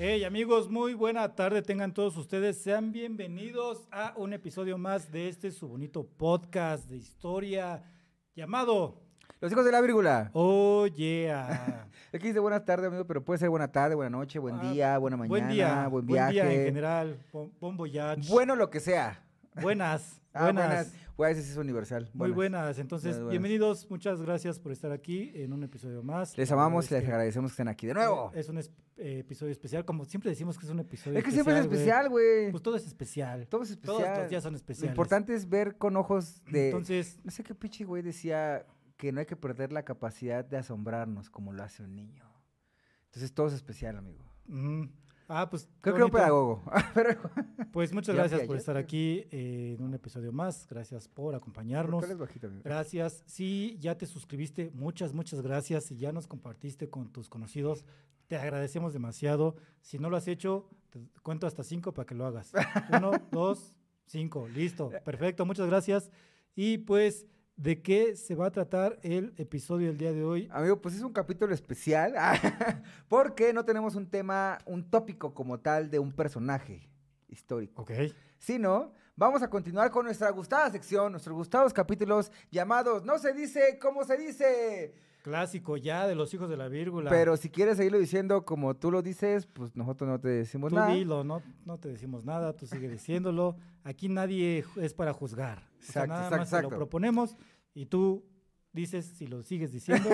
Hey amigos, muy buena tarde tengan todos ustedes. Sean bienvenidos a un episodio más de este su bonito podcast de historia llamado Los hijos de la vírgula. Oh yeah. Aquí dice buenas tardes, amigo, pero puede ser buena tarde, buena noche, buen Ah, día, buena mañana, buen día, buen viaje. día en general, bon, bon voyage. Bueno, lo que sea. Buenas, Ah, buenas, Güey, ese sí es universal. muy buenas. Entonces, Buenas, buenas. bienvenidos, muchas gracias por estar aquí en un episodio más. Les La verdad amamos es y les que agradecemos que estén aquí de nuevo. Es un es- Este, eh, episodio especial, como siempre decimos que es un episodio Es que siempre es güey. especial, güey. Pues todo es especial. Todo es Todos especial. los días son Lo especiales. importante es ver con ojos de... Entonces, No sé qué pinche güey decía que no hay que perder la capacidad de asombrarnos como lo hace un niño. Entonces todo es especial, amigo. mm, ah, pues. qué Creo que era un bonito. pedagogo. Pero, Pues muchas Ya fui gracias por ayer, estar creo. aquí eh, en un episodio más. Gracias por ¿por acompañarnos. qué eres bajito, amigo? Gracias. Si ya te suscribiste, muchas, muchas gracias. Si ya nos compartiste con tus conocidos, te agradecemos demasiado. Si no lo has hecho, te cuento hasta cinco para que lo hagas. Uno, dos, cinco. Listo. Perfecto. Muchas gracias. Y pues, ¿de qué se va a tratar el episodio del día de hoy? Amigo, pues es un capítulo especial porque no tenemos un tema, un tópico como tal de un personaje histórico, Ok. sino vamos a continuar con nuestra gustada sección, nuestros gustados capítulos llamados No se dice como se dice. Clásico ya de los hijos de la vírgula. Pero si quieres seguirlo diciendo como tú lo dices, pues nosotros no te decimos Tú nada. dilo, no, no te decimos nada, tú sigue diciéndolo. Aquí nadie ju- es para juzgar. O sea, Exacto, nada exacto, más te lo exacto. proponemos y tú dices si lo sigues diciendo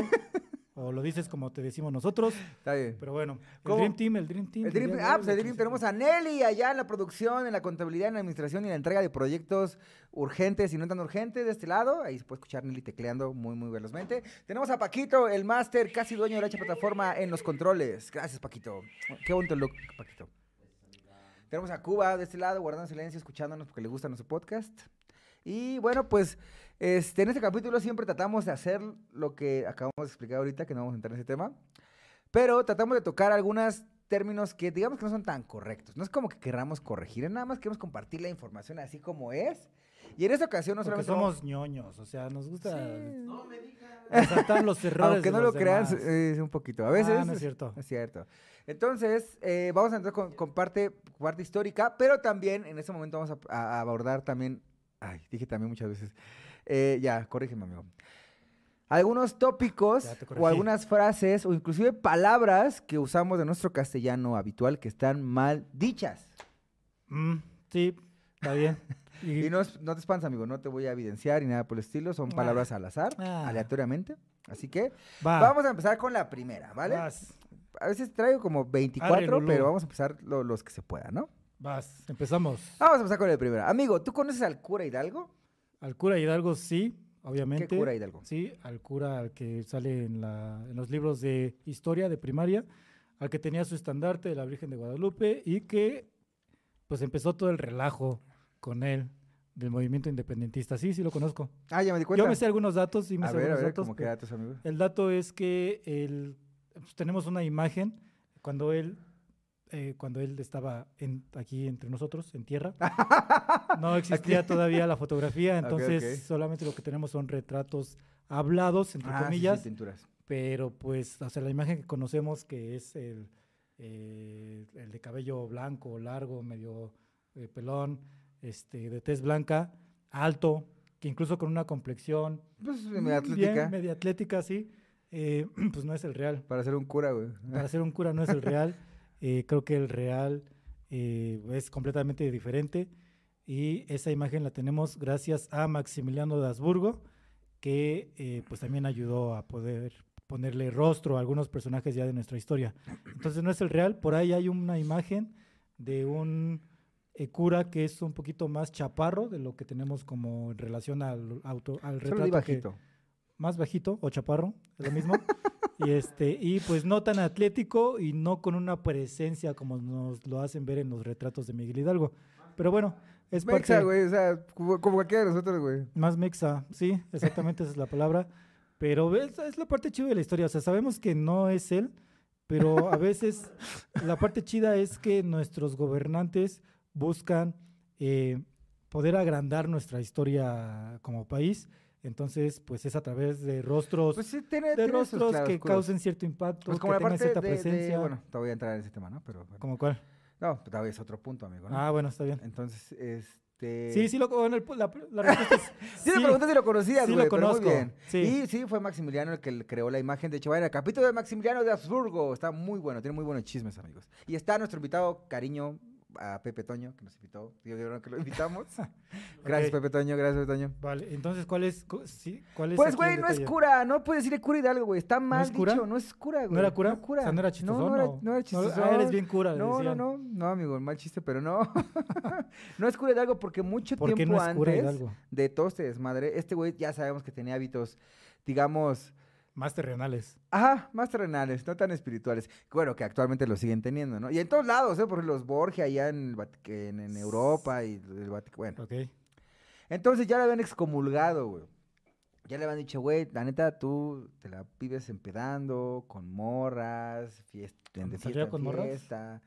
o lo dices como te decimos nosotros. Está bien. Pero bueno, el ¿Cómo? Dream Team, el Dream Team. El del día Dream, de ah, hoy, pues de el que Dream se- tenemos a Nelly allá en la producción, en la contabilidad, en la administración y en la entrega de proyectos urgentes y no tan urgentes de este lado. Ahí se puede escuchar Nelly tecleando muy, muy velozmente. Tenemos a Paquito, el máster, casi dueño de la hecha plataforma en los controles. Gracias, Paquito. Qué bonito look, Paquito. Tenemos a Cuba de este lado, guardando silencio, escuchándonos porque le gusta nuestro podcast. Y bueno, pues este, en este capítulo siempre tratamos de hacer lo que acabamos de explicar ahorita, que no vamos a entrar en ese tema, pero tratamos de tocar algunos términos que digamos que no son tan correctos. No es como que querramos corregir, nada más queremos compartir la información así como es. Y en esta ocasión no Porque solamente somos ñoños, o sea, nos gusta Sí. resaltar los errores. Aunque de no lo los creas, demás. Ah, es un poquito. A veces. no es cierto. Es cierto. Entonces, eh, vamos a entrar con, con parte, parte histórica, pero también en este momento vamos a, a- a abordar también. Ay, dije también muchas veces. Eh, ya, corrígeme, amigo. Algunos tópicos Ya te corregí. o algunas frases o inclusive palabras que usamos de nuestro castellano habitual que están mal dichas. Mm, sí, está bien. Y- Y no, es- no te espantes, amigo, no te voy a evidenciar ni nada por el estilo. Son Ah. palabras al azar, Ah. aleatoriamente. Así que va, vamos a empezar con la primera, ¿vale? Vas, A veces traigo como 24, Lulú. pero vamos a empezar lo- los que se puedan, ¿no? vas. Empezamos. Vamos a empezar con el primero. Amigo, ¿tú conoces al cura Hidalgo? Al cura Hidalgo, sí, obviamente. ¿Qué cura Hidalgo? Sí, al cura al que sale en, la- en los libros de historia de primaria, al que tenía su estandarte de la Virgen de Guadalupe y que pues empezó todo el relajo con él del movimiento independentista. Sí, sí lo conozco. Ah, ya me di cuenta. Yo me sé algunos datos y me a sé ver, a algunos ver, datos. ¿cómo qué pero datos, amigo? El dato es que el- pues, tenemos una imagen cuando él eh, cuando él estaba en- aquí entre nosotros, en tierra. No existía todavía la fotografía, Ok, entonces ok. solamente lo que tenemos son retratos hablados, entre Ah, sí, sí, comillas, tinturas. pero pues, o sea, la imagen que conocemos que es el, eh, el de cabello blanco, largo, medio eh, pelón, este, de tez blanca, alto, que incluso con una complexión Pues, mm, media atlética. bien, media atlética, sí, eh, pues no es el real Para ser un cura, güey. para ser un cura no es el real. eh, creo que el real eh, es completamente diferente. Y esa imagen la tenemos gracias a Maximiliano de Habsburgo, que eh, pues también ayudó a poder ponerle rostro a algunos personajes ya de nuestra historia. Entonces no es el real. Por ahí hay una imagen de un eh, cura que es un poquito más chaparro de lo que tenemos como en relación al, auto, al Solo di retrato que, bajito. más bajito o chaparro, es lo mismo. y este y pues no tan atlético y no con una presencia como nos lo hacen ver en los retratos de Miguel Hidalgo. Pero bueno, es parte Mexa, güey, o sea, como como cualquiera de nosotros, güey. más mexa, sí, exactamente esa es la palabra. Pero es, es la parte chida de la historia, o sea, sabemos que no es él, pero a veces la parte chida es que nuestros gobernantes buscan eh, poder agrandar nuestra historia como país Entonces, pues es a través de rostros, Pues sí, tiene, de tiene sus rostros que claroscuros. causen cierto impacto, Pues como que la tengan parte cierta de, de- presencia. Bueno, te voy a entrar en ese tema, ¿no? Pero bueno. ¿Como cuál? No, pues, todavía es otro punto, amigo. ¿no? Ah, bueno, está bien. Entonces, este... Sí, sí, lo, bueno, el pu- la, la respuesta es sí. Sí, me pregunté si lo conocías, Sí, lo güey, pero muy conozco, bien. sí. Y sí, fue Maximiliano el que le creó la imagen. De hecho, vayan al capítulo de Maximiliano de Habsburgo. Está muy bueno, tiene muy buenos chismes, amigos. Y está nuestro invitado, cariño, a Pepe Toño, que nos invitó. Digo, creo que lo invitamos. gracias, Ok. Pepe Toño, gracias, Pepe Toño. Vale, entonces, ¿cuál es? cu- sí, ¿cuál es Pues, aquí güey, el no es detalle? cura, no puedes decirle cura Hidalgo, güey. Está mal es cura? dicho, no es cura, güey. ¿No era cura? No, cura. O sea, ¿no era chistosón? No, no era, o- no era chistosón. ah, eres bien cura, le No, no, decían. no, no, amigo, mal chiste, pero no. no es cura Hidalgo porque mucho ¿Por qué tiempo no es cura antes Hidalgo? de todo este desmadre, este güey ya sabemos que tenía hábitos, digamos, Más terrenales. ajá, más terrenales, no tan espirituales. Bueno, que actualmente lo siguen teniendo, ¿no? Y en todos lados, ¿eh? Por los Borgia allá en, el Vatic- en, en Europa y el Vaticano. Bueno. Ok. Entonces ya le habían excomulgado, güey. Ya le habían dicho, güey, la neta, tú te la vives empedando con morras, fiesta, ¿Con- de salía fiesta en con morras? fiesta.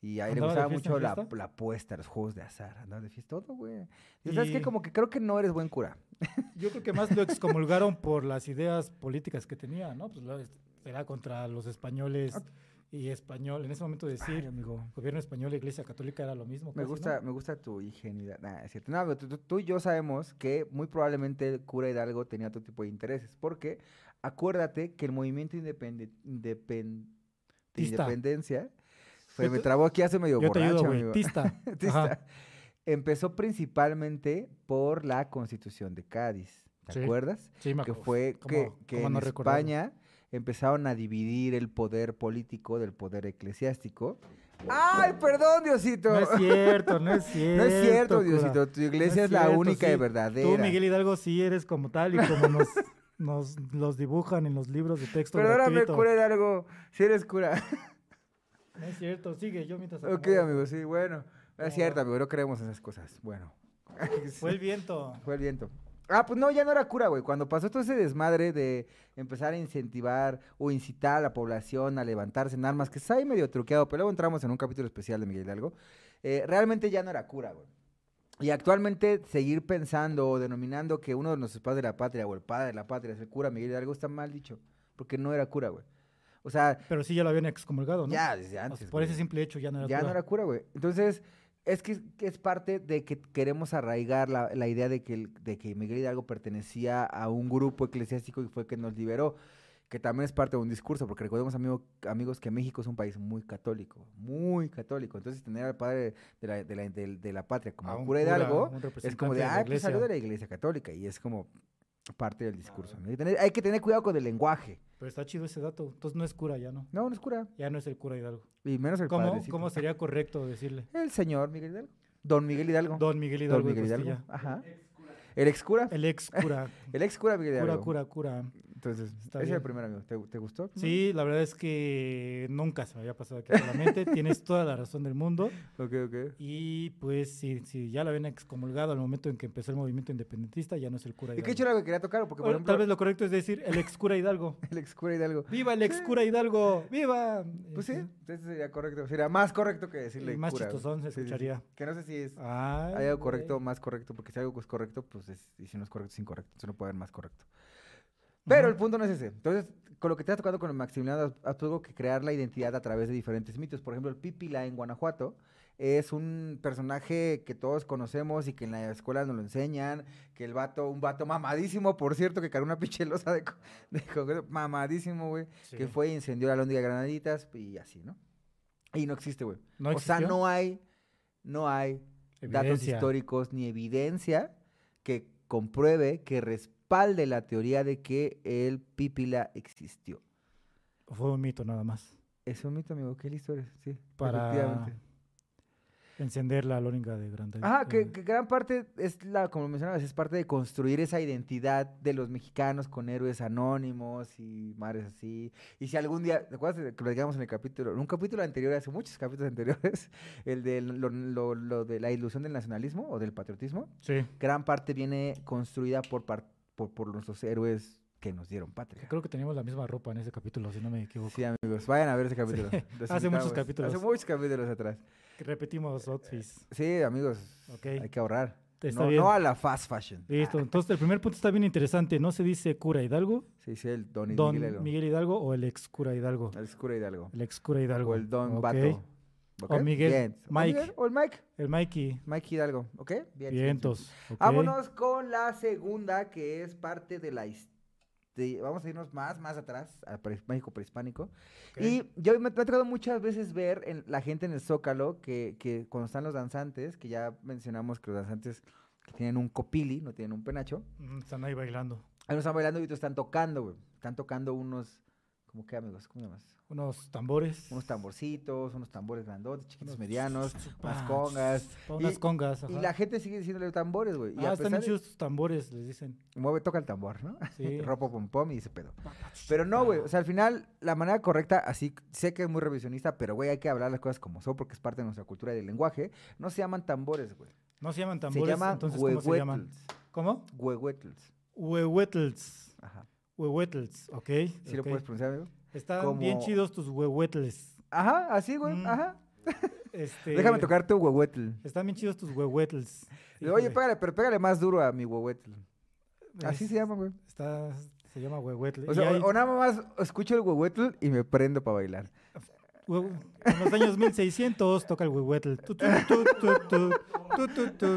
Y a él ¿Andaba de le gustaba fiesta mucho en la, fiesta? la apuesta, los juegos de azar, andaba de fiesta, todo, güey. Y sabes que Y- como que creo que no eres buen cura. Yo creo que más lo excomulgaron por las ideas políticas que tenía, ¿no? Pues lo- era contra los españoles Ah. y español. En ese momento decir, amigo. gobierno español e iglesia católica era lo mismo. casi, Me ¿no? gusta, me gusta tu ingenuidad. Nah, es cierto. No, pero tú, tú- tú y yo sabemos que muy probablemente el cura Hidalgo tenía otro tipo de intereses. Porque acuérdate que el movimiento independe- independ- de Tista. independencia. Fue, Yo me te- trabó aquí hace medio Yo te borracho, ayudo, amigo. güey. Tista. Tista. Ajá. Empezó principalmente por la constitución de Cádiz. ¿Te Sí. acuerdas? Sí, me que acuerdo. fue que, ¿Cómo- que cómo en no recordarlo? España empezaron a dividir el poder político del poder eclesiástico. ¡Ay, perdón, Diosito! No es cierto, no es cierto. No es cierto, cura. Diosito. Tu iglesia No es, la cierto, única sí. y verdadera. Tú, Miguel Hidalgo, sí eres como tal y como nos, nos los dibujan en los libros de texto Perdóname, gratuito. cura algo. Si eres cura. No es cierto, sigue, yo mientras ok, acomodo. amigo, sí, bueno. No es No. cierto, amigo, no creemos en esas cosas. Bueno. Fue el viento. Fue el viento. Ah, pues no, ya no era cura, güey. Cuando pasó todo ese desmadre de empezar a incentivar o incitar a la población a levantarse en armas, que está ahí medio truqueado, pero luego entramos en un capítulo especial de Miguel Hidalgo, eh, realmente ya no era cura, güey. Y actualmente seguir pensando o denominando que uno de nuestros padres de la patria o el padre de la patria es el cura Miguel Hidalgo está mal dicho, porque no era cura, güey. O sea, Pero sí ya lo habían excomulgado, ¿no? ya desde O sea, antes. por güey ese simple hecho ya no era ya cura. no era cura, güey. Entonces, es que, que es parte de que queremos arraigar la, la idea de que, el- de que Miguel Hidalgo pertenecía a un grupo eclesiástico y fue que nos liberó, que también es parte de un discurso, porque recordemos, amigo- amigos, que México es un país muy católico, muy católico. Entonces, tener al padre de la, de la, del- de la patria como A Ah, un cura Hidalgo un es como representante de, la ah, pues iglesia". Ah. salió de la iglesia católica y es como parte del discurso. Hay que tener- hay que tener cuidado con el lenguaje. Pero está chido ese dato. Entonces no es cura ya, ¿no? No, no es cura, Ya no es el cura Hidalgo. y menos el ¿Cómo, padrecito. ¿Cómo sería correcto decirle? El señor Miguel Hidalgo. Don Miguel Hidalgo. Don Miguel Don Hidalgo de Miguel Hidalgo. Costilla. Ajá. El ex cura. El ex cura. El ex cura Miguel cura, Hidalgo. cura, cura. Entonces, Está ese es el bien. primer amigo. ¿Te, te gustó? Sí, la verdad es que nunca se me había pasado aquí por la mente. Tienes toda la razón del mundo. Ok, ok. Y pues si ya la habían excomulgado al momento en que empezó el movimiento independentista, ya no es el cura ¿Y Hidalgo. qué hecho era lo que quería tocar? Porque, por Bueno, ejemplo, Tal vez lo correcto es decir el ex cura Hidalgo. el ex cura Hidalgo. ¡Viva el ex cura Hidalgo! ¡Viva! Pues sí, Eh, entonces sería correcto. Sería más correcto que decirle Y más Ah, cura. güey. chistosón se Sí, sí, sí. escucharía. Que no sé si es Ay, hay algo güey. correcto o más correcto, porque si algo es correcto, pues es, y si no es correcto, es incorrecto. Entonces no puede haber más correcto. Pero el punto no es ese. Entonces, con lo que te has tocado con el Maximiliano Habs- Habsburgo, que crear la identidad a través de diferentes mitos. Por ejemplo, el Pípila en Guanajuato es un personaje que todos conocemos y que en la escuela nos lo enseñan. Que el vato, un vato mamadísimo, por cierto, que cargó una pinche losa de, co- de concreto, mamadísimo, güey. Sí. Que fue, incendió la lóndiga de granaditas y así, ¿no? Y no existe, güey. ¿No o sea, existió? no hay, no hay datos Evidencia. históricos ni evidencia que compruebe, que respalde la teoría de que el pípila existió. Fue un mito nada más. Es un mito, amigo. Qué listo eres. Sí, Para efectivamente. encender la lóringa de Eh, grande. Ajá, que, grande. que gran parte es la, como mencionabas, es parte de construir esa identidad de los mexicanos con héroes anónimos y mares así. Y si algún día, ¿te acuerdas de que platicamos en el capítulo, en un capítulo anterior, hace muchos capítulos anteriores, el de lo- lo- lo de la ilusión del nacionalismo o del patriotismo? Sí. gran parte viene construida por, par- por, por nuestros héroes que nos dieron patria. Creo que teníamos la misma ropa en ese capítulo, si no me equivoco. Sí, amigos, vayan a ver ese capítulo. Sí, Los hace muchos invitamos. capítulos. Hace muchos capítulos atrás. Eh, Repetimos outfits. Sí, amigos, Ok. hay que ahorrar. Está no, bien. no a la fast fashion. Ah, Listo. Entonces, el primer punto está bien interesante. No se dice cura Hidalgo, Sí, sí, el Don, don Miguel. Hidalgo. Miguel Hidalgo o el ex cura Hidalgo. El Escura Hidalgo. El ex cura Hidalgo. O el Don Ok. Bato. ¿Ok? O Miguel, Bien. O Mike. Miguel, O el Mike. El Mikey. Mike Hidalgo. ¿Ok? Bien. sí, bien, sí. Vientos. ok. Vámonos con la segunda, que es parte de la his- de- Vamos a irnos más, más atrás, a pre- México prehispánico. Y yo me, me ha tocado muchas veces ver en, la gente en el Zócalo que, que cuando están los danzantes, que ya mencionamos que los danzantes que tienen un copili, no tienen un penacho, Mm, Están ahí bailando. ahí no están bailando y otros están tocando, güey. Están tocando unos, ¿cómo que amigos? ¿Cómo llamas? Unos tambores. Unos tamborcitos, unos tambores grandotes, chiquitos, Unos- medianos, unas Ah, congas. Unas Y- congas. Y ajá. la gente sigue diciéndole tambores, güey. Y ah, a están pesar bien de- chidos tus tambores, les dicen. mueve, toca el tambor, ¿no? Sí. Ropo pom pom y ese pedo. Pero no, güey, o sea, al final, la manera correcta, así, sé que es muy revisionista, pero, güey, hay que hablar las cosas como son porque es parte de nuestra cultura y del lenguaje. No se llaman tambores, güey. No se llaman Se tambores, llaman entonces ¿cómo se llaman? huehuetls. ¿Cómo? Huehuetls. Huehuetls. Ajá. Huehuetls, ok. ¿Sí lo ok. puedes pronunciar, amigo? Están como- bien chidos tus huehuetles. Ajá, así, güey, Mm. ajá. Este, Déjame tocar tu huehuetl. Están bien chidos tus huehuetles. Oye, Híjole, pégale, pero pégale más duro a mi huehuetl. Así es- se llama, güey. Está, se llama huehuetle. O Y sea, hay o, o nada más escucho el huehuetl y me prendo para bailar. huevo- en los años 1600 toca el huehuetle. Tu, tu, tu, tu, tu, tu, tu, tu.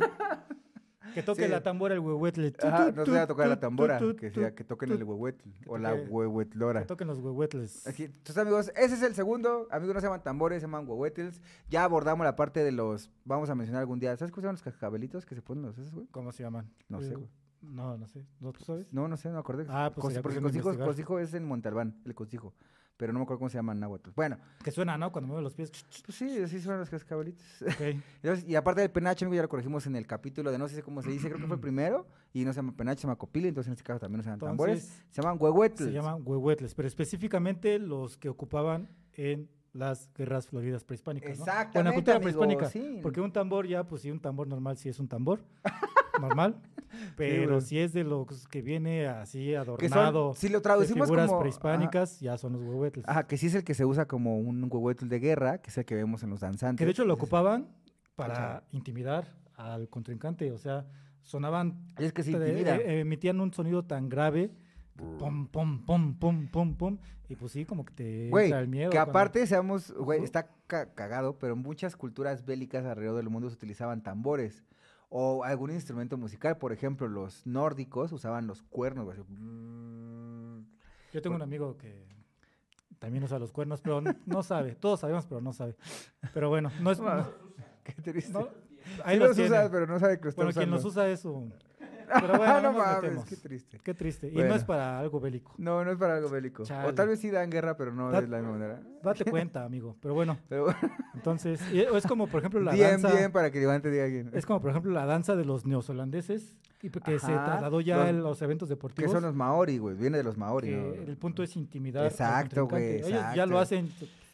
Que toque Sí. la tambora el huehuetle. Tu, Ajá, tu, no tu, se va a tocar tu, la tu, tambora, tu, que tu, sea que toquen tu, el huehuetl o que la toque- Que huehuetlora. toquen los huehuetles. Aquí, entonces amigos, ese es el segundo. Amigos, no se llaman tambores, se llaman huehuetls. Ya abordamos la parte de los, vamos a mencionar algún día. ¿Sabes cómo se llaman los cascabelitos que se ponen los esos, güey? ¿Cómo se llaman? No sé, Eh, güey. No, no sé. ¿No tú sabes? No, no sé, no me acordé. Ah, pues Cos- sería cuestión porque de Cosijo, investigar. Cosijo es en Montalbán, el Cosijo. Pero no me acuerdo cómo se llaman náhuatl. Bueno, Que suena, ¿no? Cuando mueve los pies. ch, ch, pues sí, así son los cascabelitos. ok. Entonces, y aparte del penacho, amigo, ya lo corregimos en el capítulo de no sé cómo se dice, creo que fue el primero. Y no se llama penacho, se llama copila. Entonces, en este caso también no se llaman tambores. Entonces, Se llaman huehuetls. se llaman huehuetles, pero específicamente los que ocupaban en las guerras floridas prehispánicas. ¿no? O En la Exactamente, cultura amigo, prehispánica. sí. Porque un tambor, ya, pues sí, un tambor normal sí es un tambor. normal. Pero güey. si es de los que viene así Que son- adornado. si lo de traducimos figuras como. ajá, prehispánicas, ya son los huehuetles. Ajá, que sí es el que se usa como un huehuetl de guerra, que es el que vemos en los danzantes. Que de hecho lo Entonces, ocupaban para intimidar al contrincante. O sea, sonaban Es que se te- intimida. eh, emitían un sonido tan grave. Pum, pum, pum, pum, pum, pum. Y pues sí, como que te Güey, entra el miedo. que cuando- aparte seamos, güey, Ujú. está ca- cagado, pero en muchas culturas bélicas alrededor del mundo se utilizaban tambores o algún instrumento musical. Por ejemplo, los nórdicos usaban los cuernos, güey. así, Yo tengo un amigo que también usa los cuernos, pero n- no sabe. Todos sabemos, pero no sabe. Pero bueno, no es. Pues no- Qué triste. no- ahí Sí los los tiene. usas, pero no sabe que lo está Bueno, quien usando. los usa es un. Pero bueno, no Ah, no nos mames, metemos. qué triste. Qué triste. Y no Bueno. es para algo bélico. No, no es para algo bélico. Chale. O tal vez sí dan guerra, pero no Dat- de la misma manera. Date cuenta, amigo. Pero bueno, Pero entonces. y- o Es como, por ejemplo, la bien, danza. bien, para que Iván te diga quién. Es como, por ejemplo, la danza de los neozelandeses, y p- que se Ajá, trasladó ya a los- los eventos deportivos. Que son los maori, güey. Viene de los maori. que ¿no? el punto es intimidar. al Exacto, güey, contrincante. Ellos ya lo exacto. hacen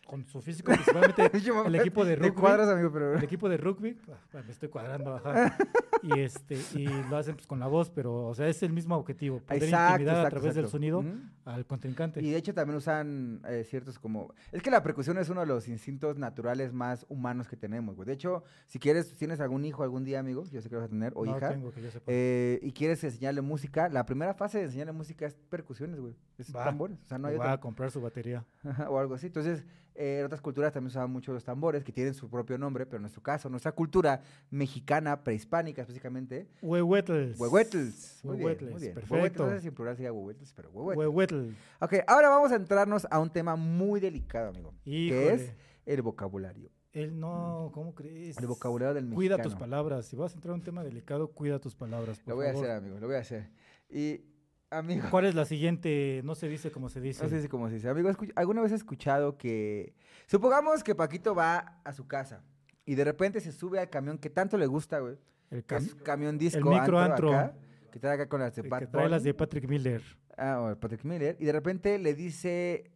con su físico, principalmente Yo, el mamá, equipo de te rugby. cuadras, amigo, pero... el equipo de rugby, ah, me estoy cuadrando, ajá, y, este, y lo hacen pues, con la voz, pero o sea, es el mismo objetivo, poder intimidar a exacto, través del exacto. sonido Ujú. al contrincante. Y de hecho también usan eh, ciertos como... Es que la percusión es uno de los instintos naturales más humanos que tenemos, güey. De hecho, si quieres, si tienes algún hijo algún día, amigo, yo sé que lo vas a tener, o no hija, tengo que yo sepa. eh, y quieres enseñarle música, la primera fase de enseñarle música es percusiones, güey. Es Va. tambores. O sea, no hay O va otra. a comprar su batería. Ajá, o algo así. Entonces, eh, en otras culturas también usaban mucho los tambores, que tienen su propio nombre, pero en nuestro caso, nuestra cultura mexicana, prehispánica específicamente, Huehuetles. huehuetles. Muy bien, muy Huehuetles, bien. perfecto. Huehuetles, no sé si en plural sería huehuetles, pero huehuetles. Huehuetl. Ok, ahora vamos a entrarnos a un tema muy delicado, amigo, Híjole, que es el vocabulario. Él no, ¿cómo crees? El vocabulario del mexicano. Cuida tus palabras. Si vas a entrar a un tema delicado, cuida tus palabras. Por Lo voy a favor. hacer, amigo, lo voy a hacer. Y, amigo, ¿Cuál es la siguiente? No se dice como se dice. no sé si cómo se dice. Amigo, escu- ¿alguna vez has escuchado que... Supongamos que Paquito va a su casa y de repente se sube al camión que tanto le gusta, güey. El que cam- es camión disco micro antro. antro acá, que trae acá con las de el que Bad trae las Bunny, de Patrick Miller. ah, o Patrick Miller, y de repente le dice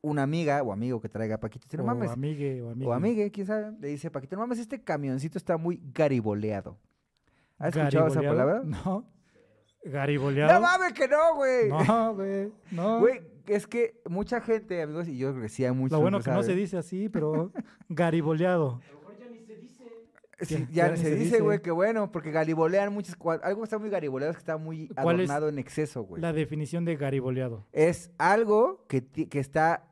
una amiga o amigo que traiga a Paquito, dice, no o mames, amigue, o amigue. o amigue, quién sabe, le dice Paquito, no mames, este camioncito está muy gariboleado. ¿Has escuchado esa Gariboleado, palabra? No. No Gariboleado. mames que no, güey. No, güey. No. Güey, es que mucha gente, amigos, y yo crecía mucho. Lo bueno que no se dice así, pero gariboleado. Sí, Ya- ya, ya ni se se dice, dice. güey, que bueno, porque garibolean muchas cua- Algo está muy gariboleado es que está muy ¿Cuál es adornado en exceso, güey. La definición de gariboleado. Es algo que, ti- que está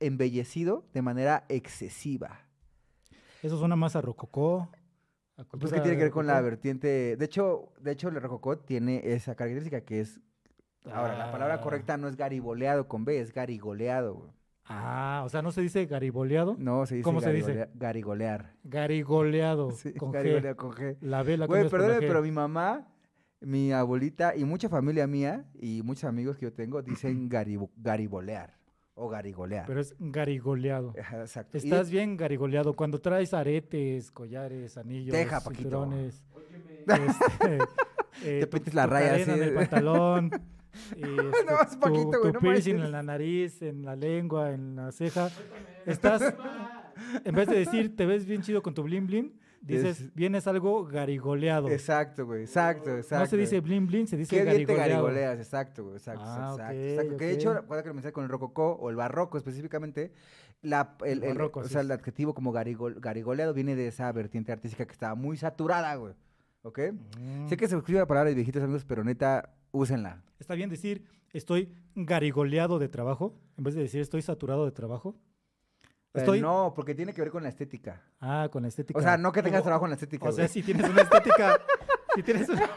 embellecido de manera excesiva. Eso suena más a rococó. a Pues cultura que tiene que ver con la rococó. vertiente. De hecho, de hecho, el rococó tiene esa característica que es. Ahora, la palabra Ah. correcta no es gariboleado con B, es garigoleado. güey. Ah, o sea, no se dice gariboleado. No, se dice, ¿Cómo se dice? garigolea- garigolear. Garigoleado. Sí, con G. garigolear con G. La vela Güey, perdóname, pero mi mamá, mi abuelita y mucha familia mía y muchos amigos que yo tengo dicen garibo- garibolear o garigolear. Pero es garigoleado. Ajá, Exacto. Y Estás bien garigoleado. Cuando traes aretes, collares, anillos, Deja, Paquito. cinturones. este, eh, Te tu- pintas la tu raya cadena así. en el pantalón. este, No, es Paquito, tu, tu güey, no piercing manches. en la nariz, en la lengua, en la ceja. Estás, en vez de decir te ves bien chido con tu blin blin, dices Es- vienes algo garigoleado. Exacto, güey. Exacto, exacto. No se dice blin blin, se dice Qué bien te garigoleado. garigoleas, exacto, güey, exacto, Ah, exacto, ok, exacto. Que de hecho, ok. acuérdate que lo mencioné con el rococó o el barroco específicamente, la, el, El el- barroco, o así sea, es. el adjetivo como garigol- garigoleado viene de esa vertiente artística que estaba muy saturada, güey, ¿ok? Mm. Sé que se escribe la palabra de viejitos amigos, pero neta, úsenla. Está bien decir estoy garigoleado de trabajo, en vez de decir estoy saturado de trabajo. Pero Estoy- No, porque tiene que ver con la estética. Ah, con la estética. O sea, no que tengas Como- trabajo en la estética. O sea, güey. si tienes una estética, si tienes una-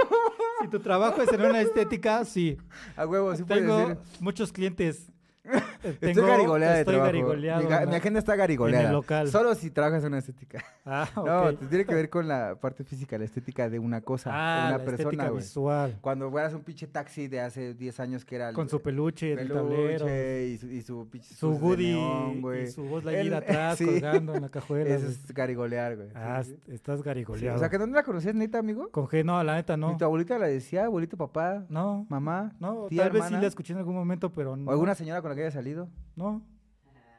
si tu trabajo es en una estética, sí. A huevo, sí puedes tengo decir. muchos clientes. Eh, Estoy tengo- garigoleada de estoy trabajo. garigoleado, mi, ga- ¿no? mi agenda está garigoleada. local. Solo si trabajas en una estética. Ah, No, ok. te tiene que ver con la parte física, la estética de una cosa, Ah, de una la persona, estética güey. visual. Cuando fueras un pinche taxi de hace 10 años que era el- Con su peluche, en el peluche tablero, y su, y su pinche su luces de Woody neón, y güey. su voz El- la atrás sí. colgando en la cajuela. Eso güey. es garigolear, güey. Sí, Ah, sí, sí. est- estás Sí, garigoleado. O sea, que ¿dónde la conocías, neta, amigo? Con G, no, la neta ¿Y no. tu abuelita la decía? ¿Abuelito, papá, No, mamá? no, tía, tal vez sí hermana? la escuché en algún momento, pero no. ¿O alguna señora con la que haya salido? No,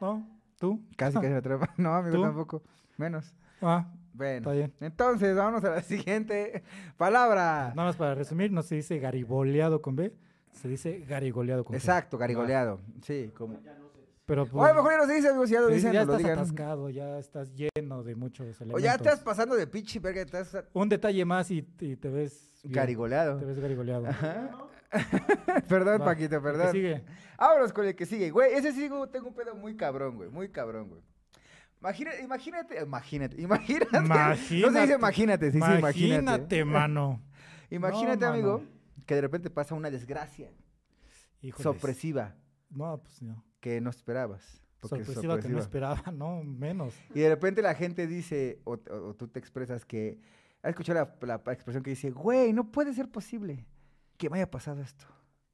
no, tú. Casi, casi la atrapa. No, amigo, ¿Tú? tampoco. Menos. Ah, Bueno. está bien. Entonces, vámonos a la siguiente palabra. Nada más para resumir, no se dice gariboleado con B, se dice garigoleado con G. Exacto, garigoleado. Sí, como. Pero O a lo mejor ya no se dice, amigos, si ya lo se dice, dicen, ya nos lo estás digan. atascado, ya estás lleno de muchos elementos. O ya estás pasando de pinche verga, estás Un detalle más y, y te ves bien, Te garigoleado. ves garigoleado. perdón, Va, Paquito, el que perdón. sigue. Vámonos con el que sigue, güey. Ese sí güey, tengo un pedo muy cabrón, güey. Muy cabrón, güey. Imagina- Imagínate, imagínate, imagínate, No se dice Imagínate. imagínate, se dice Imagínate, imagínate. mano. Imagínate, No, amigo, mano. que de repente pasa una desgracia Híjoles. sorpresiva No, pues no. que no esperabas. porque es Sorpresiva que no sorpresiva. esperaba, no, menos. Y de repente la gente dice, o, o- o tú te expresas que, ¿has escuchado la- la, expresión que dice, güey, no puede ser posible que me haya pasado esto?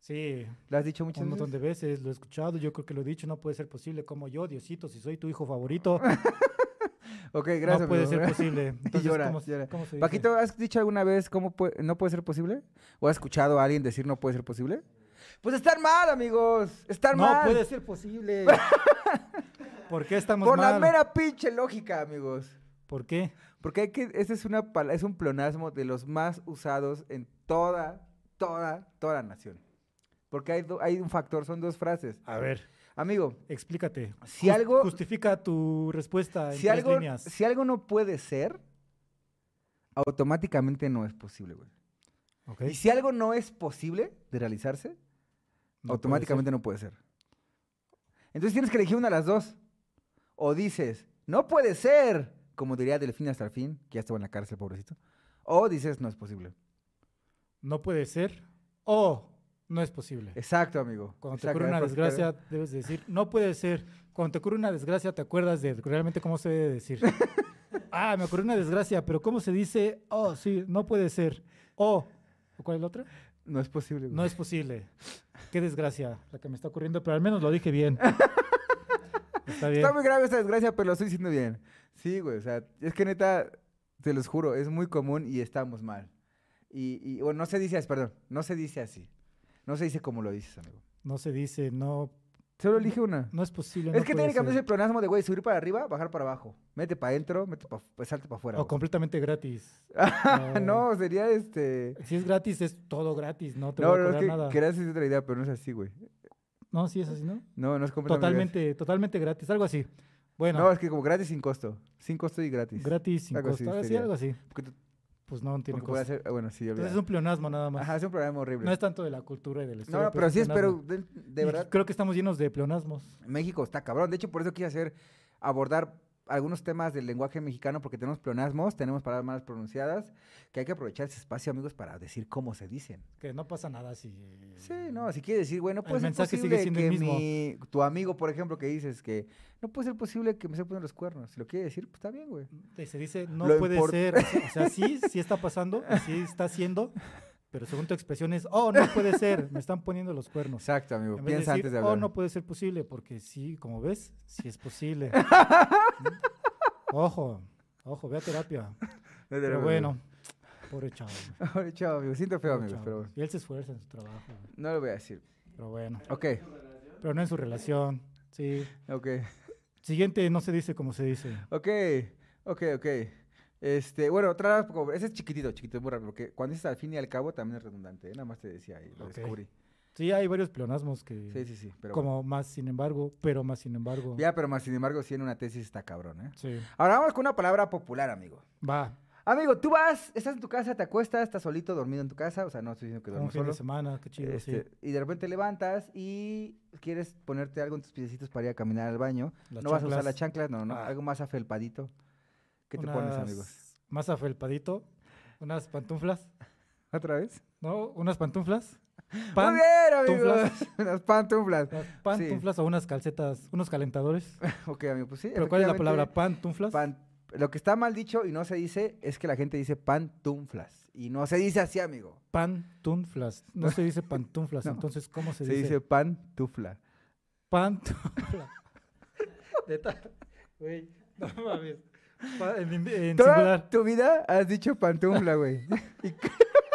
Sí, ¿Lo has dicho muchas un montón veces? de veces lo he escuchado, yo creo que lo he dicho, no puede ser posible como yo, Diosito, si soy tu hijo favorito, Ok, gracias. no puede amigo. ser posible. Entonces, llora, ¿cómo se- llora. cómo se dice? Paquito, ¿has dicho alguna vez cómo pue- no puede ser posible? ¿O has escuchado a alguien decir no puede ser posible? Pues están mal, amigos. Están no mal. puede ser posible. ¿Por qué estamos Por la mal? mera pinche lógica, amigos. ¿Por qué? Porque hay que, ese es, una, pala- es un pleonasmo de los más usados en toda, toda, toda la nación. Porque hay, do- hay un factor, son dos frases. A ver, Amigo, explícate. Si algo- justifica tu respuesta Ah, en si tres algo, líneas. si algo no puede ser, automáticamente no es posible, güey. Ok, Y si algo no es posible de realizarse, no automáticamente no puede ser. Entonces tienes que elegir una de las dos. O dices, no puede ser, como diría Delfín hasta el fin, que ya estaba en la cárcel, pobrecito. O dices, no es posible. puede ser. No puede ser o no es posible. Exacto, amigo. Cuando te Exacto, pues, ocurre una gracias por explicar. desgracia, debes decir, no puede ser. Cuando te ocurre una desgracia, te acuerdas de realmente cómo se debe decir. ah, me ocurrió una desgracia, pero ¿cómo se dice? Oh, sí, no puede ser. "Oh". O, ¿cuál es la otra? No es posible. güey. No es posible. Qué desgracia la que me está ocurriendo, pero al menos lo dije bien. Está bien. Está muy grave esta desgracia, pero lo estoy diciendo bien. Sí, güey, o sea, es que neta, te los juro, es muy común y estamos mal. Y, y bueno, no se dice así, perdón, no se dice así. No se dice como lo dices, amigo. No se dice, no, Solo elige una. no es posible. es no que puede técnicamente es ser. el pronasmo de, güey, subir para arriba, bajar para abajo. Mete para adentro, mete pa, pues, salte para afuera. O güey. completamente gratis. eh, no, sería este... Si es gratis, es todo gratis, no te No, voy a no, es cobrar que nada. querías decir otra idea, pero no es así, güey. No, sí es así, ¿no? No, no es completamente... Totalmente, totalmente gratis, algo así. Bueno, No, es que como gratis sin costo. Sin costo y gratis. gratis sin algo así costo. Algo así, sería. algo así. Porque tú- Pues no, no tiene porque puede costo. hacer- ah, bueno, sí, Entonces es olvidado. un pleonasmo nada más. Ajá, es un programa horrible. No es tanto de la cultura y del No, estilo. no, pero es sí espero, pleonasmo. de, de Y verdad, Creo que estamos llenos de pleonasmos. México está cabrón. De hecho, por eso quise hacer, abordar algunos temas del lenguaje mexicano, porque tenemos pleonasmos, tenemos palabras mal pronunciadas, que hay que aprovechar ese espacio, amigos, para decir cómo se dicen. Que no pasa nada si. Sí, no, si quieres decir, bueno, El pues es mensaje sigue posible siendo que el mismo. mi- tu amigo, por ejemplo, que dices que no puede ser posible que me se pongan los cuernos. Si lo quiere decir, pues está bien, güey. Te- eh, Se dice, no Lo puede import- ser. O sea, sí, sí está pasando, y sí está haciendo, pero según tu expresión es, oh, no puede ser, me están poniendo los cuernos. Exacto, amigo. En vez de Piensa decir, antes de oh, hablar. no puede ser posible, porque sí, como ves, sí es posible. ¿Mm? ojo, ojo, ve a terapia. Pero bueno, pobre chavo. güey, Ahora, chao, amigo. Siento feo, pobre amigos, chavo. pero bueno. Y él se esfuerza en su trabajo, güey, No lo voy a decir. pero bueno, Ok, pero no en su relación, sí. ok, Siguiente, no se dice como se dice. ok, ok, ok. Este, bueno, otra como- ese es chiquitito, chiquitito, es muy rápido, porque cuando dices al fin y al cabo también es redundante, ¿eh? nada más te decía ahí, lo Ok. descubrí. Sí, hay varios pleonasmos que, Sí, sí, sí, pero como más sin embargo, pero más sin embargo. bueno. Ya, pero más sin embargo, sí en una tesis está cabrón, ¿eh? Sí, Ahora vamos con una palabra popular, amigo. va. Amigo, tú vas, estás en tu casa, te acuestas, estás solito, dormido en tu casa, o sea, no estoy diciendo que Un duermas fin solo. de semana, qué chido, sí. este, Y de repente levantas y quieres ponerte algo en tus piecitos para ir a caminar al baño. Las no vas a usar chanclas, las chanclas, no, no, Ah. algo más afelpadito. ¿Qué te pones, amigos? unas- Más afelpadito, unas pantuflas, ¿Otra vez? ¿no? Unas pantuflas. Muy Pan, bien, amigos. Las pantuflas. unas pantuflas o unas calcetas, unos calentadores. Ok, amigo, pues sí. Pero ¿cuál es la palabra? efectivamente, Pantuflas. pan- lo que está mal dicho y no se dice es que la gente dice pantuflas. Y no se dice así, amigo. Pantuflas. No se dice pantuflas, No. entonces ¿cómo se, Se dice pantufla. Pantufla. Neta, güey, no mames. Pa- en, in- en Toda singular. tu vida has dicho pantufla, güey. y,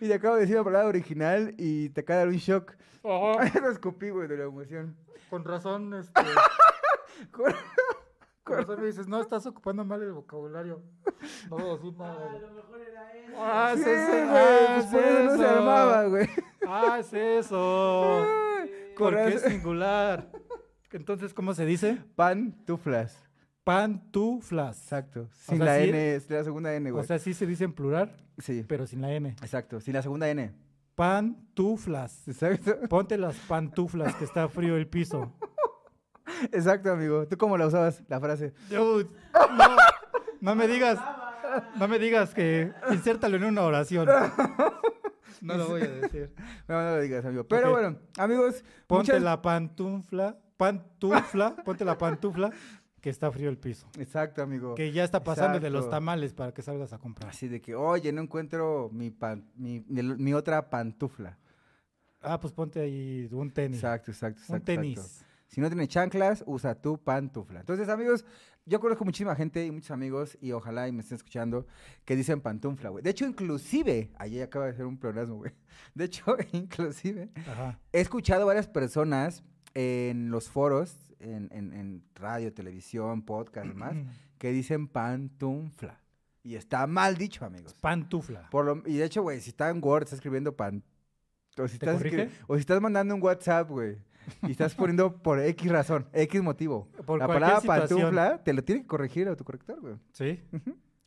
y te acabo de decir la palabra original y te acaba de dar un shock. Ojo, Lo escupí, güey, de la emoción. con razón, este, Cor- con razón me dices, no, estás ocupando mal el vocabulario. No voy a decir nada. güey". Ah, Sí, es güey, eso, ah, pues por es eso no se eso. armaba, güey. Ah, es eso. Con Porque es razón. singular. Entonces, ¿cómo se dice? Pantuflas. Pantuflas. Exacto. Sin sea, la sí- N, sin la segunda N, O güey. sea, sí se dice en plural, sí. pero sin la N. Exacto. Sin la segunda N. Pantuflas. Exacto. Ponte las pantuflas que está frío el piso. Exacto, amigo. ¿Tú cómo la usabas, la frase? Dude, no, no me digas, no me digas que insértalo en una oración. No lo voy a decir. No, no lo digas, amigo. Pero Ok. bueno, amigos, Ponte muchas- la pantufla, pantufla, ponte la pantufla que está frío el piso. Exacto, amigo. Que ya está pasando de los Exacto. tamales para que salgas a comprar. Así de que, oye, no encuentro mi, pan- mi, mi- mi otra pantufla. Ah, pues ponte ahí un tenis. Exacto, exacto, exacto. un tenis. exacto. Si no tienes chanclas, usa tu pantufla. Entonces, amigos, yo conozco muchísima gente y muchos amigos, y ojalá y me estén escuchando, que dicen pantufla, güey. De hecho, inclusive, ayer acaba de hacer un pleonasmo, güey. De hecho, inclusive, Ajá. He escuchado varias personas en los foros, en, en- en radio, televisión, podcast y demás, Mm. que dicen pantufla. Y está mal dicho, amigos. Pantufla. Por lo- y de hecho, güey, si está en Word, estás escribiendo pan... O si, ¿Te estás escri- corrige? o si estás mandando un WhatsApp, güey, y estás poniendo por X razón, X motivo. Por la cualquier palabra situación. pantufla te lo tiene que corregir el autocorrector, güey. ¿Sí?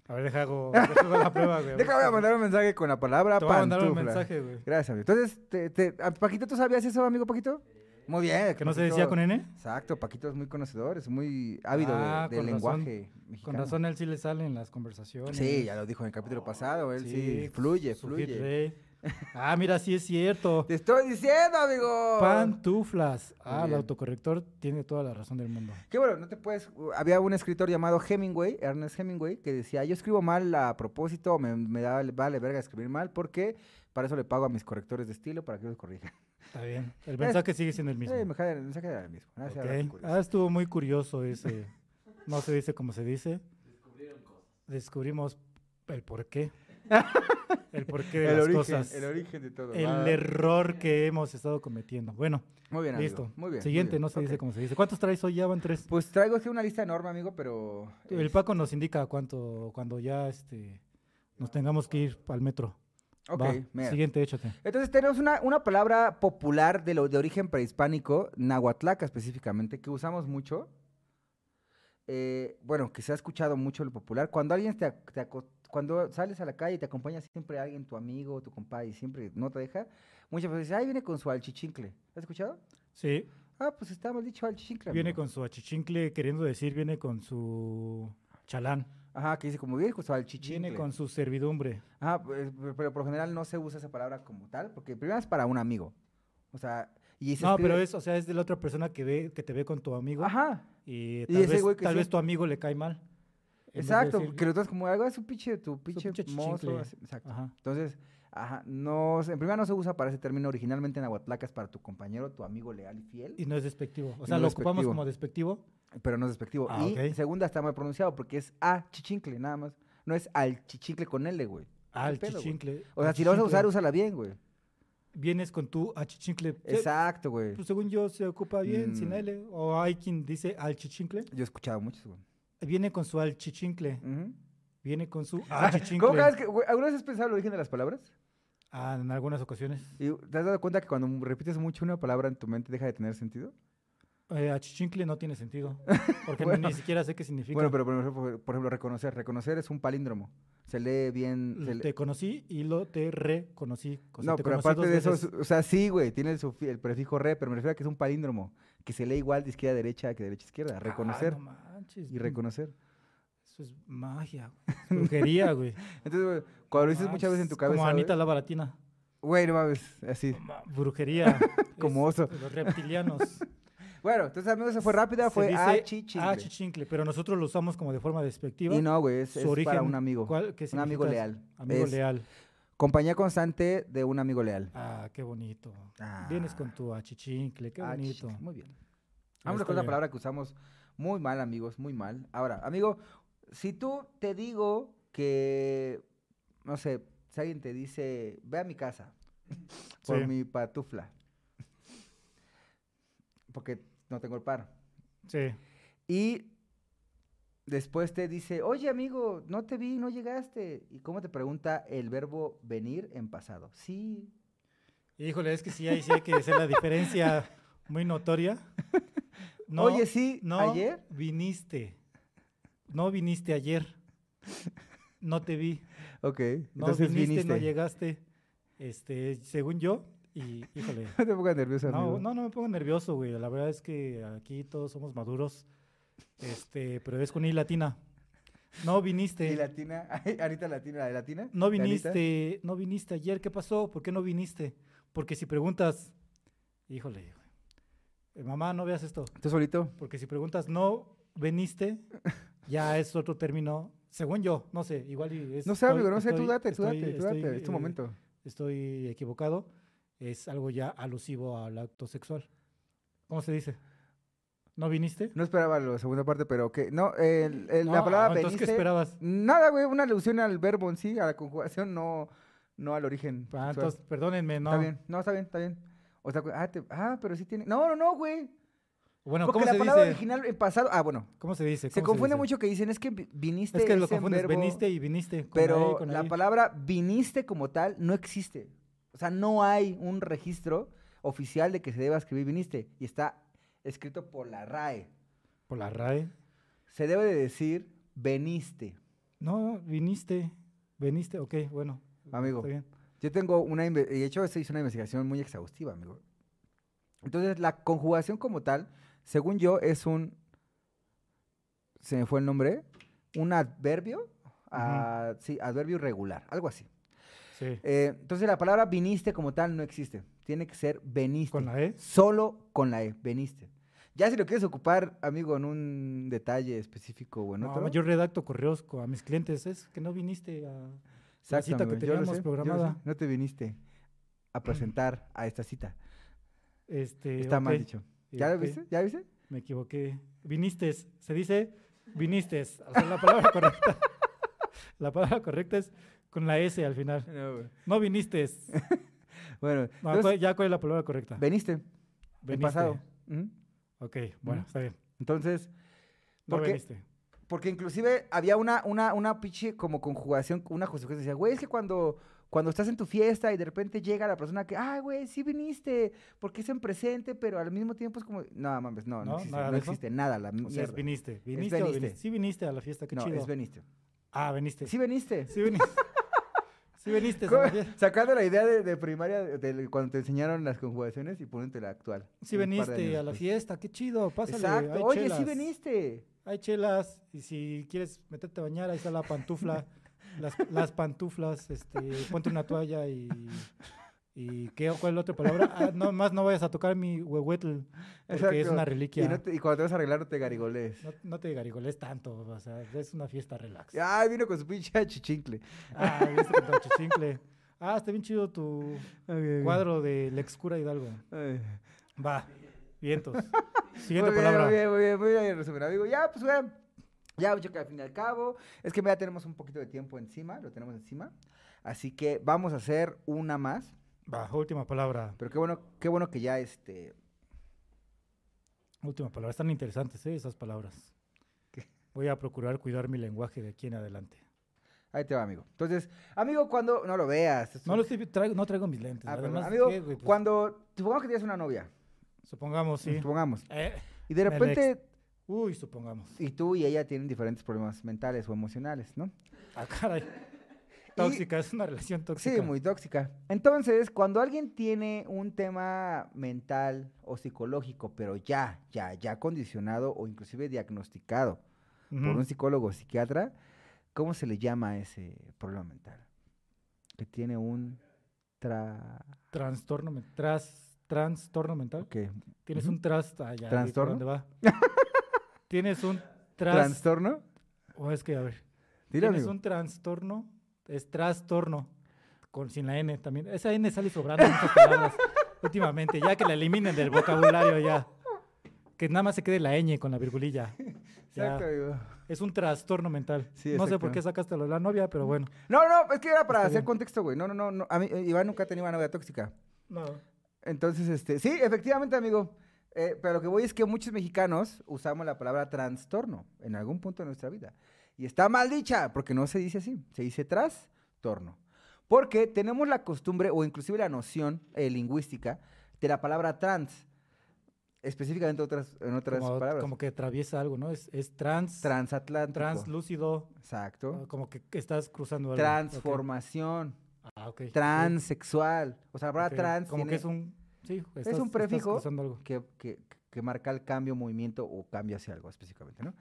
A ver, deja hago, deja hago la prueba, güey. a ver Déjame si- mandar un mensaje con la palabra Te voy a mandar un pantufla. mensaje, güey. Gracias, amigo. Entonces, te, te- ah, Paquito, ¿tú sabías eso, amigo Paquito? Muy bien. Eh, ¿Que no se decía Paquito- con N? Exacto, Paquito es muy conocedor, es muy ávido de- Ah, del con razón. lenguaje mexicano. Con razón él sí le sale en las conversaciones. Sí, ya lo dijo en el capítulo pasado, él sí, Sí, fluye, su hit fluye. rate. Ah, mira, sí es cierto. Te estoy diciendo, amigo. Pantuflas. Ah, el bien. autocorrector tiene toda la razón del mundo. Que bueno, no te puedes. uh, Había un escritor llamado Hemingway, Ernest Hemingway, que decía: Yo escribo mal a propósito, me, me da vale verga escribir mal, porque para eso le pago a mis correctores de estilo para que los corrijan. Está bien. El mensaje sigue siendo el mismo. Eh, me queda- me saca de la misma. Nada, sea Ok. dato curioso. Ah, estuvo muy curioso ese. No se dice como se dice. Descubrimos el porqué. El porqué de el las origen, cosas. el origen de todo. El va. error que hemos estado cometiendo. Bueno, Muy bien, amigo, listo. Muy bien. Siguiente, no se dice como como se dice. ¿Cuántos traes hoy? Ya van tres. Pues traigo aquí una lista enorme, amigo, pero. El Paco nos indica cuánto, cuando ya este, nos tengamos que ir al metro. Ah. Ok, Va, mira. Siguiente, échate. Entonces tenemos una, una palabra popular de, lo, de origen prehispánico, nahuatlaca específicamente, que usamos mucho. Eh, bueno, que se ha escuchado mucho lo popular. Cuando alguien te, ac- te aco- cuando sales a la calle y te acompaña siempre alguien, tu amigo, tu compadre, y siempre no te deja, muchas veces dice, ay, viene con su alchichincle. ¿Has escuchado? Sí, Ah, pues está mal dicho alchichincle. viene amigo". con su achichincle, queriendo decir, viene con su chalán. Ajá, que dice como viene con su alchichincle. Viene con su servidumbre. Ah, pues, pero, pero por lo general no se usa esa palabra como tal, porque primero es para un amigo. O sea, y se No, escribe- pero es, o sea, es de la otra persona que ve, que te ve con tu amigo. Ajá. Y tal, ese vez, güey que tal sí- vez tu amigo le cae mal. en vez de Exacto, decir- que lo tratas como algo es un pinche, tu pinche pinche mozo. chichincle. así, exacto. Ajá. Entonces, ajá, no, se- en primera no se usa para ese término originalmente en Aguatlaca, es para tu compañero, tu amigo leal y fiel, Y no es despectivo. O Y sea, no lo es ocupamos despectivo. como despectivo. pero no es despectivo. Ah, y ok. segunda está mal pronunciado porque es a chichincle, nada más. No es al chichincle con L, güey. Al pedo, güey? chichincle. O sea, si lo vas a usar, úsala bien, güey. Vienes con tu achichincle. Sí, Exacto, güey. pues, según yo, se ocupa bien, sin Mm. L. O hay quien dice al chichincle. Yo he escuchado muchos, güey. Viene con su al chichincle. Ujú. Viene con su Mm. ¿Cómo achichincle. cada vez que, güey, ¿Alguna vez has pensado el origen de las palabras? Ah, en algunas ocasiones. ¿Y ¿Te has dado cuenta que cuando repites mucho una palabra en tu mente deja de tener sentido? Eh, achichincle no tiene sentido. Porque Bueno. ni siquiera sé qué significa. Bueno, pero por ejemplo, por ejemplo, reconocer. Reconocer es un palíndromo. Se lee bien. se le- Mm. te conocí y lo te reconocí. O sea, No, te pero conocí aparte dos de eso, veces. es- o sea, sí, güey, tiene el, sufi- el prefijo re, pero me refiero a que es un palíndromo. Que se lee igual de izquierda a derecha que de derecha a izquierda. Ah, Reconocer no manches, y reconocer. Eso es magia, güey. Es brujería, güey. Entonces, güey, cuando lo dices muchas veces en tu Manches, cabeza. ¿eh? Como güey, Anita la baratina. Güey, no mames, así. Brujería. Como Es oso. de Los reptilianos. Bueno, entonces, amigos, esa fue rápida, Se fue dice achichingle. achichincle, pero nosotros lo usamos como de forma despectiva. Y no, güey, es, Su es para origen, un amigo. ¿cuál- qué Un amigo significa? leal. Amigo Es leal. Compañía constante de un amigo leal. Ah, qué bonito. Ah. Vienes con tu achichincle, qué bonito. Achichincle, Muy bien. Vamos Está Ah, con otra bien. palabra que usamos muy mal, amigos, muy mal. Ahora, amigo, si tú te digo que, no sé, si alguien te dice, ve a mi casa por Sí. mi patufla, porque no tengo el paro. Sí. Y después te dice, oye, amigo, no te vi, no llegaste. ¿Y cómo te pregunta el verbo venir en pasado? Sí. Híjole, es que sí, ahí sí hay que hacer la diferencia muy notoria. No, oye, sí, no ayer. viniste. No viniste ayer. No te vi. Ok, No entonces viniste, viniste. no llegaste. Este, según yo, y híjole. No te pongas nervioso, amigo. No, no, no me pongo nervioso, güey. La verdad es que aquí todos somos maduros. Este, pero es con I latina. No Y viniste. latina, ay, Anita latina, la de latina. Este, No de Anita. viniste, no viniste ayer, ¿qué pasó? ¿Por qué no viniste? Porque si preguntas, híjole, güey, eh, mamá, no veas esto. Tú solito. Porque si preguntas, no veniste, ya es otro término, según yo, no sé, igual y es. No sé, estoy- amigo, no sé, tú estoy- date, tú estoy- date, tú date, estoy, es tu eh, momento. Estoy equivocado, es algo ya alusivo al acto sexual. ¿Cómo se dice? ¿No viniste? No esperaba la segunda parte, pero que no, el- el- la No, palabra entonces, ¿qué veniste- esperabas? Nada, güey, una alusión al verbo en sí, a la conjugación, no, no al origen. Ah, sexual. entonces, perdónenme, no. Está bien, no, está bien, está bien. O sea, ah, te- ah, pero sí tiene. No, no, no, güey. Bueno, Porque ¿cómo la se palabra dice? original en pasado. Ah, bueno. ¿Cómo se dice? Se ¿Cómo confunde dice? mucho que dicen, es que vi- viniste. Es que es lo en confundes, este, verbo- veniste y viniste. con Pero ahí, con la ahí. palabra viniste como tal no existe. O sea, no hay un registro oficial de que se deba escribir viniste. Y está escrito por la RAE. Por la RAE. Se debe de decir veniste. No, viniste, veniste, ok, bueno. Amigo. Está bien. Yo tengo una... inve- y De hecho, se hizo una investigación muy exhaustiva, amigo. Entonces, la conjugación como tal, según yo, es un... Se me fue el nombre. Un adverbio. ah, sí, adverbio irregular. Algo así. Sí. Eh, entonces la palabra viniste como tal no existe. Tiene que ser veniste. ¿Con la E? Solo con la E, veniste. Ya si lo quieres ocupar, amigo, en un detalle específico o en No, otro. yo redacto correos co- a mis clientes, es que no viniste a... la cita que amigo, yo lo teníamos sé, yo lo sé, programada. No te viniste a presentar a esta cita. Este, Está mal ok, dicho. ¿Ya lo ok, viste? ¿Ya viste? Me equivoqué. Viniste, se dice viniste. O sea, la palabra correcta. la palabra correcta es con la S al final. No viniste. Bueno, No, entonces, ¿cuál- ya cuál es la palabra correcta. veniste, el Veniste. pasado. Ujú. Ok, bueno, Ujú. está bien. Entonces, No ¿Por qué? viniste. Porque inclusive había una, una, una pinche como conjugación, una justificación. Decía, güey, es que cuando, cuando estás en tu fiesta y de repente llega la persona que, ay, güey, sí viniste, porque es en presente, pero al mismo tiempo es como, no, mames, no, no, ¿No? existe, ¿Nada no de eso? existe nada. La O sea, es mierda. viniste. ¿Viniste o veniste. viniste? Sí viniste a la fiesta, qué no, chido. es veniste. Ah, viniste. Sí veniste. Sí viniste. sí viniste. ¿Cómo? Samuel. Sacando la idea de, de primaria, de, de cuando te enseñaron las conjugaciones y poniéndote la actual. Sí un par de viniste años a la después. fiesta, qué chido, pásale. hay Exacto. Oye, sí chelas, viniste. Hay chelas, y si quieres meterte a bañar, ahí está la pantufla, las, las pantuflas, este, ponte una toalla y... ¿Y qué, cuál es la otra palabra? Ah, no, más no vayas a tocar mi huehuetl, porque es Exacto. una Y, reliquia. no te- y cuando te vas a arreglar no te garigoles. No, no te garigoles tanto, o sea, es una fiesta relax. Ay, vino con su pinche chichincle. Ah, viste con tu chichincle. Ah, está bien chido tu cuadro del ex cura Hidalgo. Va, vientos. Siguiente muy bien, palabra. Muy bien, muy bien, muy bien, resumen, amigo. Ya, pues, vean. Ya, mucho que al fin y al cabo. Es que ya tenemos un poquito de tiempo encima, lo tenemos encima. Así que vamos a hacer una más. Va, última palabra. Pero qué bueno, qué bueno que ya este. Última palabra. Están interesantes, ¿eh? Esas palabras. Voy a procurar cuidar mi lenguaje de aquí en adelante. Ahí te va, amigo. Entonces, amigo, cuando. No lo veas. es No, un- lo estoy- traigo, no traigo mis lentes. Ah, perdón. Además, amigo, ¿qué, güey? Pues, cuando. Supongamos que tienes una novia. Supongamos, sí. Supongamos. Eh, Y de Me la ex- repente. uy, supongamos. Y tú y ella tienen diferentes problemas mentales o emocionales, ¿no? Ah, caray. Tóxica, es una relación tóxica. Sí, muy tóxica. Entonces, cuando alguien tiene un tema mental o psicológico, pero ya, ya, ya condicionado o inclusive diagnosticado Ujú. por un psicólogo o psiquiatra, ¿cómo se le llama a ese problema mental? Que tiene un tra... Trastorno, men- tras, trastorno mental. ok, Tienes Ujú. un tras. Ah, ya, vi por ¿Trastorno? ¿Dónde va? Tienes un tras. ¿Trastorno? O es que, a ver. Dile, Tienes amigo. un trastorno, es trastorno, con, sin la N también. Esa N sale sobrando en muchas palabras últimamente, ya que la eliminen del vocabulario ya. Que nada más se quede la ñ con la virgulilla. Ya. Exacto, amigo. Es un trastorno mental. Sí, no sé exacto. por qué sacaste lo de la novia, pero bueno. No, no, es que era para Está hacer bien. contexto, güey. No, no, no, no. A mí, eh, Iván nunca ha tenido una novia tóxica. No. Entonces, este, sí, efectivamente, amigo. Eh, pero lo que voy es que muchos mexicanos usamos la palabra trastorno en algún punto de nuestra vida. Y está mal dicha, porque no se dice así, se dice trastorno. Porque tenemos la costumbre o inclusive la noción eh, lingüística de la palabra trans, específicamente otras, en otras Como, palabras. como que atraviesa algo, ¿no? Es, es trans, Transatlántico. translúcido, ah, Exacto. como que estás cruzando algo. Transformación, Ok. Ah, ok. transexual. O sea, la palabra Ok. trans Como tiene- que es un. Sí, estás- un estás prefijo cruzando algo. que, que- que marca el cambio, movimiento o cambio hacia algo específicamente, ¿no?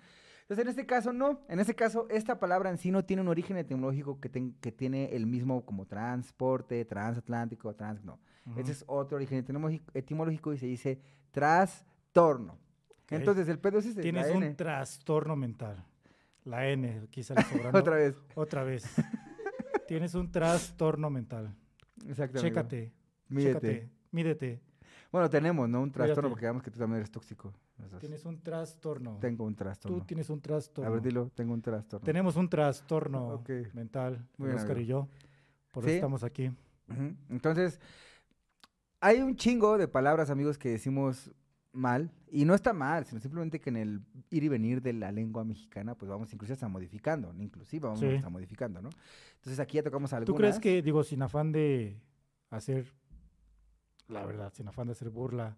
Entonces, en este caso, no. En este caso, esta palabra en sí no tiene un origen etimológico que, ten- que tiene el mismo como transporte, transatlántico, trans, no. Ujú. Ese es otro origen etimológico, etimológico y se dice trastorno. Entonces, el pedo es este, Tienes la un N. trastorno mental. La N, aquí sale sobrando. Otra vez. Otra vez. Tienes un trastorno mental. Exacto, amigo. Chécate, Mídete. chécate, mídete. Bueno, tenemos, ¿no? Un trastorno, Cuídate. porque digamos que tú también eres tóxico. Entonces, Tienes un trastorno. Tengo un Tú trastorno. tienes un A ver, trastorno. dilo, tengo un trastorno. Tenemos un trastorno Ok. mental, Muy bien, Oscar amigo. y yo. Por Sí. eso estamos aquí. Ujú. Entonces, hay un chingo de palabras, amigos, que decimos mal, y no está mal, sino simplemente que en el ir y venir de la lengua mexicana, pues vamos incluso hasta modificando, inclusive vamos Sí. hasta modificando, ¿no? Entonces aquí ya tocamos algunas. ¿Tú crees que, digo, sin afán de hacer, la verdad, sin afán de hacer burla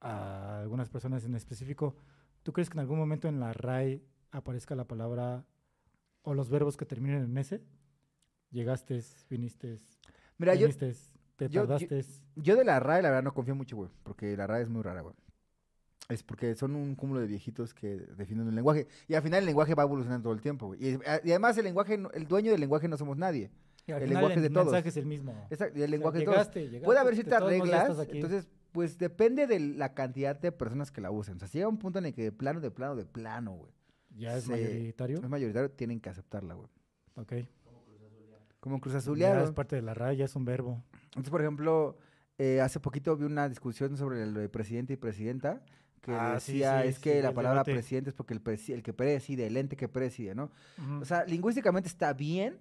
a algunas personas en específico, ¿tú crees que en algún momento en la RAE aparezca la palabra o los verbos que terminen en S? Llegaste, viniste, Mira, yo, viniste, te yo- yo- tardaste. yo de la RAE, la verdad, no confío mucho, güey, porque la RAE es muy rara, güey. Es porque son un cúmulo de viejitos que definen el lenguaje. Y al final el lenguaje va evolucionando todo el tiempo, güey. Y, ah, y además el lenguaje, no- el dueño del lenguaje no somos nadie. Y al el final lenguaje de todos. mensaje es el mismo. O sea, Esa- y el lenguaje de todos. llegaste, llegaste, Puede haber de ciertas todos modos ya reglas, estás aquí. entonces, pues depende de la cantidad de personas que la usen. O sea, si llega un punto en el que de plano, de plano, de plano, güey, ya es se- mayoritario. los mayoritarios tienen que aceptarla, güey. Ok. Como Cruz Ya Azuleado. es parte de la RAE, ya es un verbo. Entonces, por ejemplo, eh, hace poquito vi una discusión sobre lo de presidente y presidenta, que Ah, sí, decía, sí, es sí, que la el palabra debate. presidente es porque el, presi- el que preside, el ente que preside, ¿no? Ujú. O sea, lingüísticamente está bien,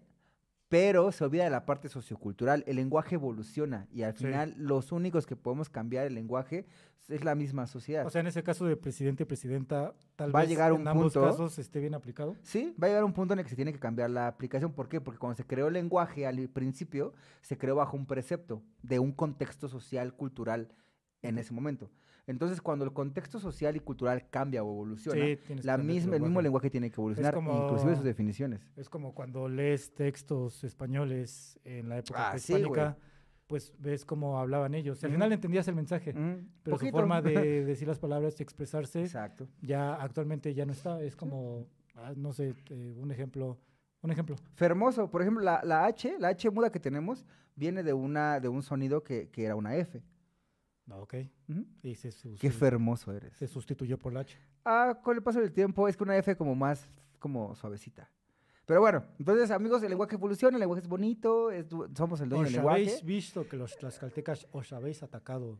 pero se olvida de la parte sociocultural. El lenguaje evoluciona y al Sí. final los únicos que podemos cambiar el lenguaje es la misma sociedad. O sea, en ese caso de presidente y presidenta, tal Va a vez llegar en un ambos punto- casos esté bien aplicado. Sí, va a llegar un punto en el que se tiene que cambiar la aplicación. ¿Por qué? Porque cuando se creó el lenguaje al principio, se creó bajo un precepto de un contexto social, cultural en ese momento. Entonces, cuando el contexto social y cultural cambia o evoluciona, Sí, tienes que la cambiar tu misma, el mismo lenguaje tiene que evolucionar, como- inclusive sus definiciones. Es como cuando lees textos españoles en la época Ah, sí, güey. hispánica, pues ves cómo hablaban ellos. Al Ujú. final entendías el mensaje, Mm, pero su poquito. forma de decir las palabras y expresarse Exacto. ya actualmente ya no está. Es como, ah, no sé, eh, un ejemplo. Un ejemplo. Fermoso, por ejemplo, la, la H, la H muda que tenemos, viene de, una, de un sonido que, que era una F. No, ok. Ujú. Y se, su- Qué su- fermoso eres. se sustituyó por la H. Ah, con el paso del tiempo es que una F como más como suavecita. Pero bueno, entonces amigos, el lenguaje evoluciona, el lenguaje es bonito, es du- somos el dueño Os del lenguaje. habéis visto que los tlaxcaltecas os habéis atacado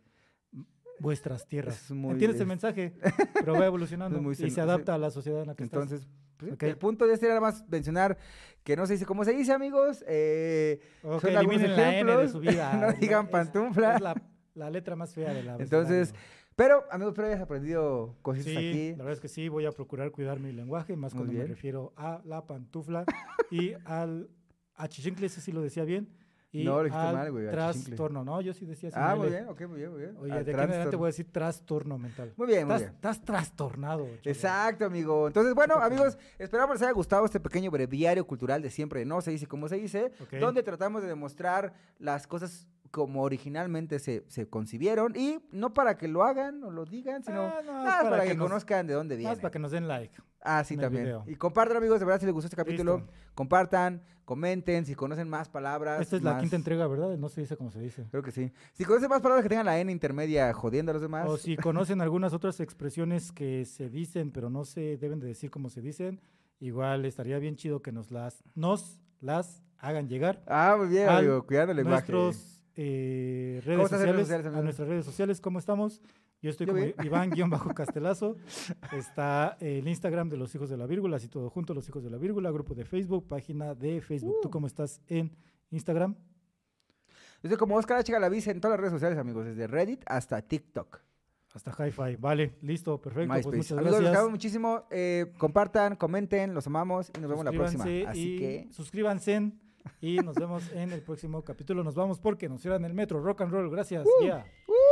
vuestras tierras. Es muy- Entiendes es- el mensaje, pero va evolucionando Es muy y sen- se adapta a la sociedad en la que estás. Entonces, pues, sí, Ok. el punto de este era nada más mencionar que no se dice cómo se dice, amigos. eh, Ok, son algunos eliminen la N de ejemplos. su vida. No digan es- pantufla. Es la, la letra más fea de la Entonces, pero amigos, espero hayas aprendido cositas Sí, aquí. la verdad es que sí, voy a procurar cuidar mi lenguaje, más Muy cuando me bien. refiero a la pantufla y al achichincle, ese sí lo decía bien, y No, lo dijiste al mal, güey, achichincle. trastorno, ¿no? Yo sí decía sin ah, L. muy bien, ok, muy bien, muy bien. Oye, Al de aquí en adelante trastorno. voy a decir trastorno mental. Muy bien, muy Estás, bien. estás trastornado. chaval. Exacto, amigo. Entonces, bueno, Está cañón. amigos, esperamos les haya gustado este pequeño breviario cultural de siempre no se dice como se dice, Ok. Ah, donde tratamos de demostrar las cosas como originalmente se, se concibieron y no para que lo hagan o lo digan, sino Ah, no, nada es para, que, nos- conozcan de dónde nada más viene. para que nos den like. Ah, sí, en el también. video. Y compartan, amigos, de verdad, si les gustó este capítulo, Listo. compartan, comenten, si conocen más palabras. Esta es la más- quinta entrega, ¿verdad? No se dice como se dice. Creo que sí. Si conocen más palabras que tengan la N intermedia jodiendo a los demás. O si conocen algunas otras expresiones que se dicen, pero no se deben de decir como se dicen, igual estaría bien chido que nos las, nos las hagan llegar Ah, muy bien, Al- amigo, cuidando el lenguaje. nuestros eh, ¿Cómo redes estás sociales, en redes sociales, a amigo? nuestras redes sociales, ¿cómo estamos? Yo estoy Yo como bien. Iván-Castelazo. Está el Instagram de los hijos de la vírgula, así todo junto, los hijos de la vírgula, grupo de Facebook, página de Facebook. ¿Tú Uh. cómo estás en Instagram? Yo soy como Oscar H. Galaviz en todas las redes sociales, amigos, desde Reddit hasta TikTok. Hasta Hi-Fi. Vale, listo, perfecto. Pues MySpace. muchas amigos, los gracias. amo muchísimo. eh, compartan, comenten, los amamos y nos vemos la próxima. Suscríbanse Así y- que. Suscríbanse y nos vemos en el próximo capítulo. Nos vamos porque nos cierran el metro. Rock and roll, gracias. Yeah. ¡Uh!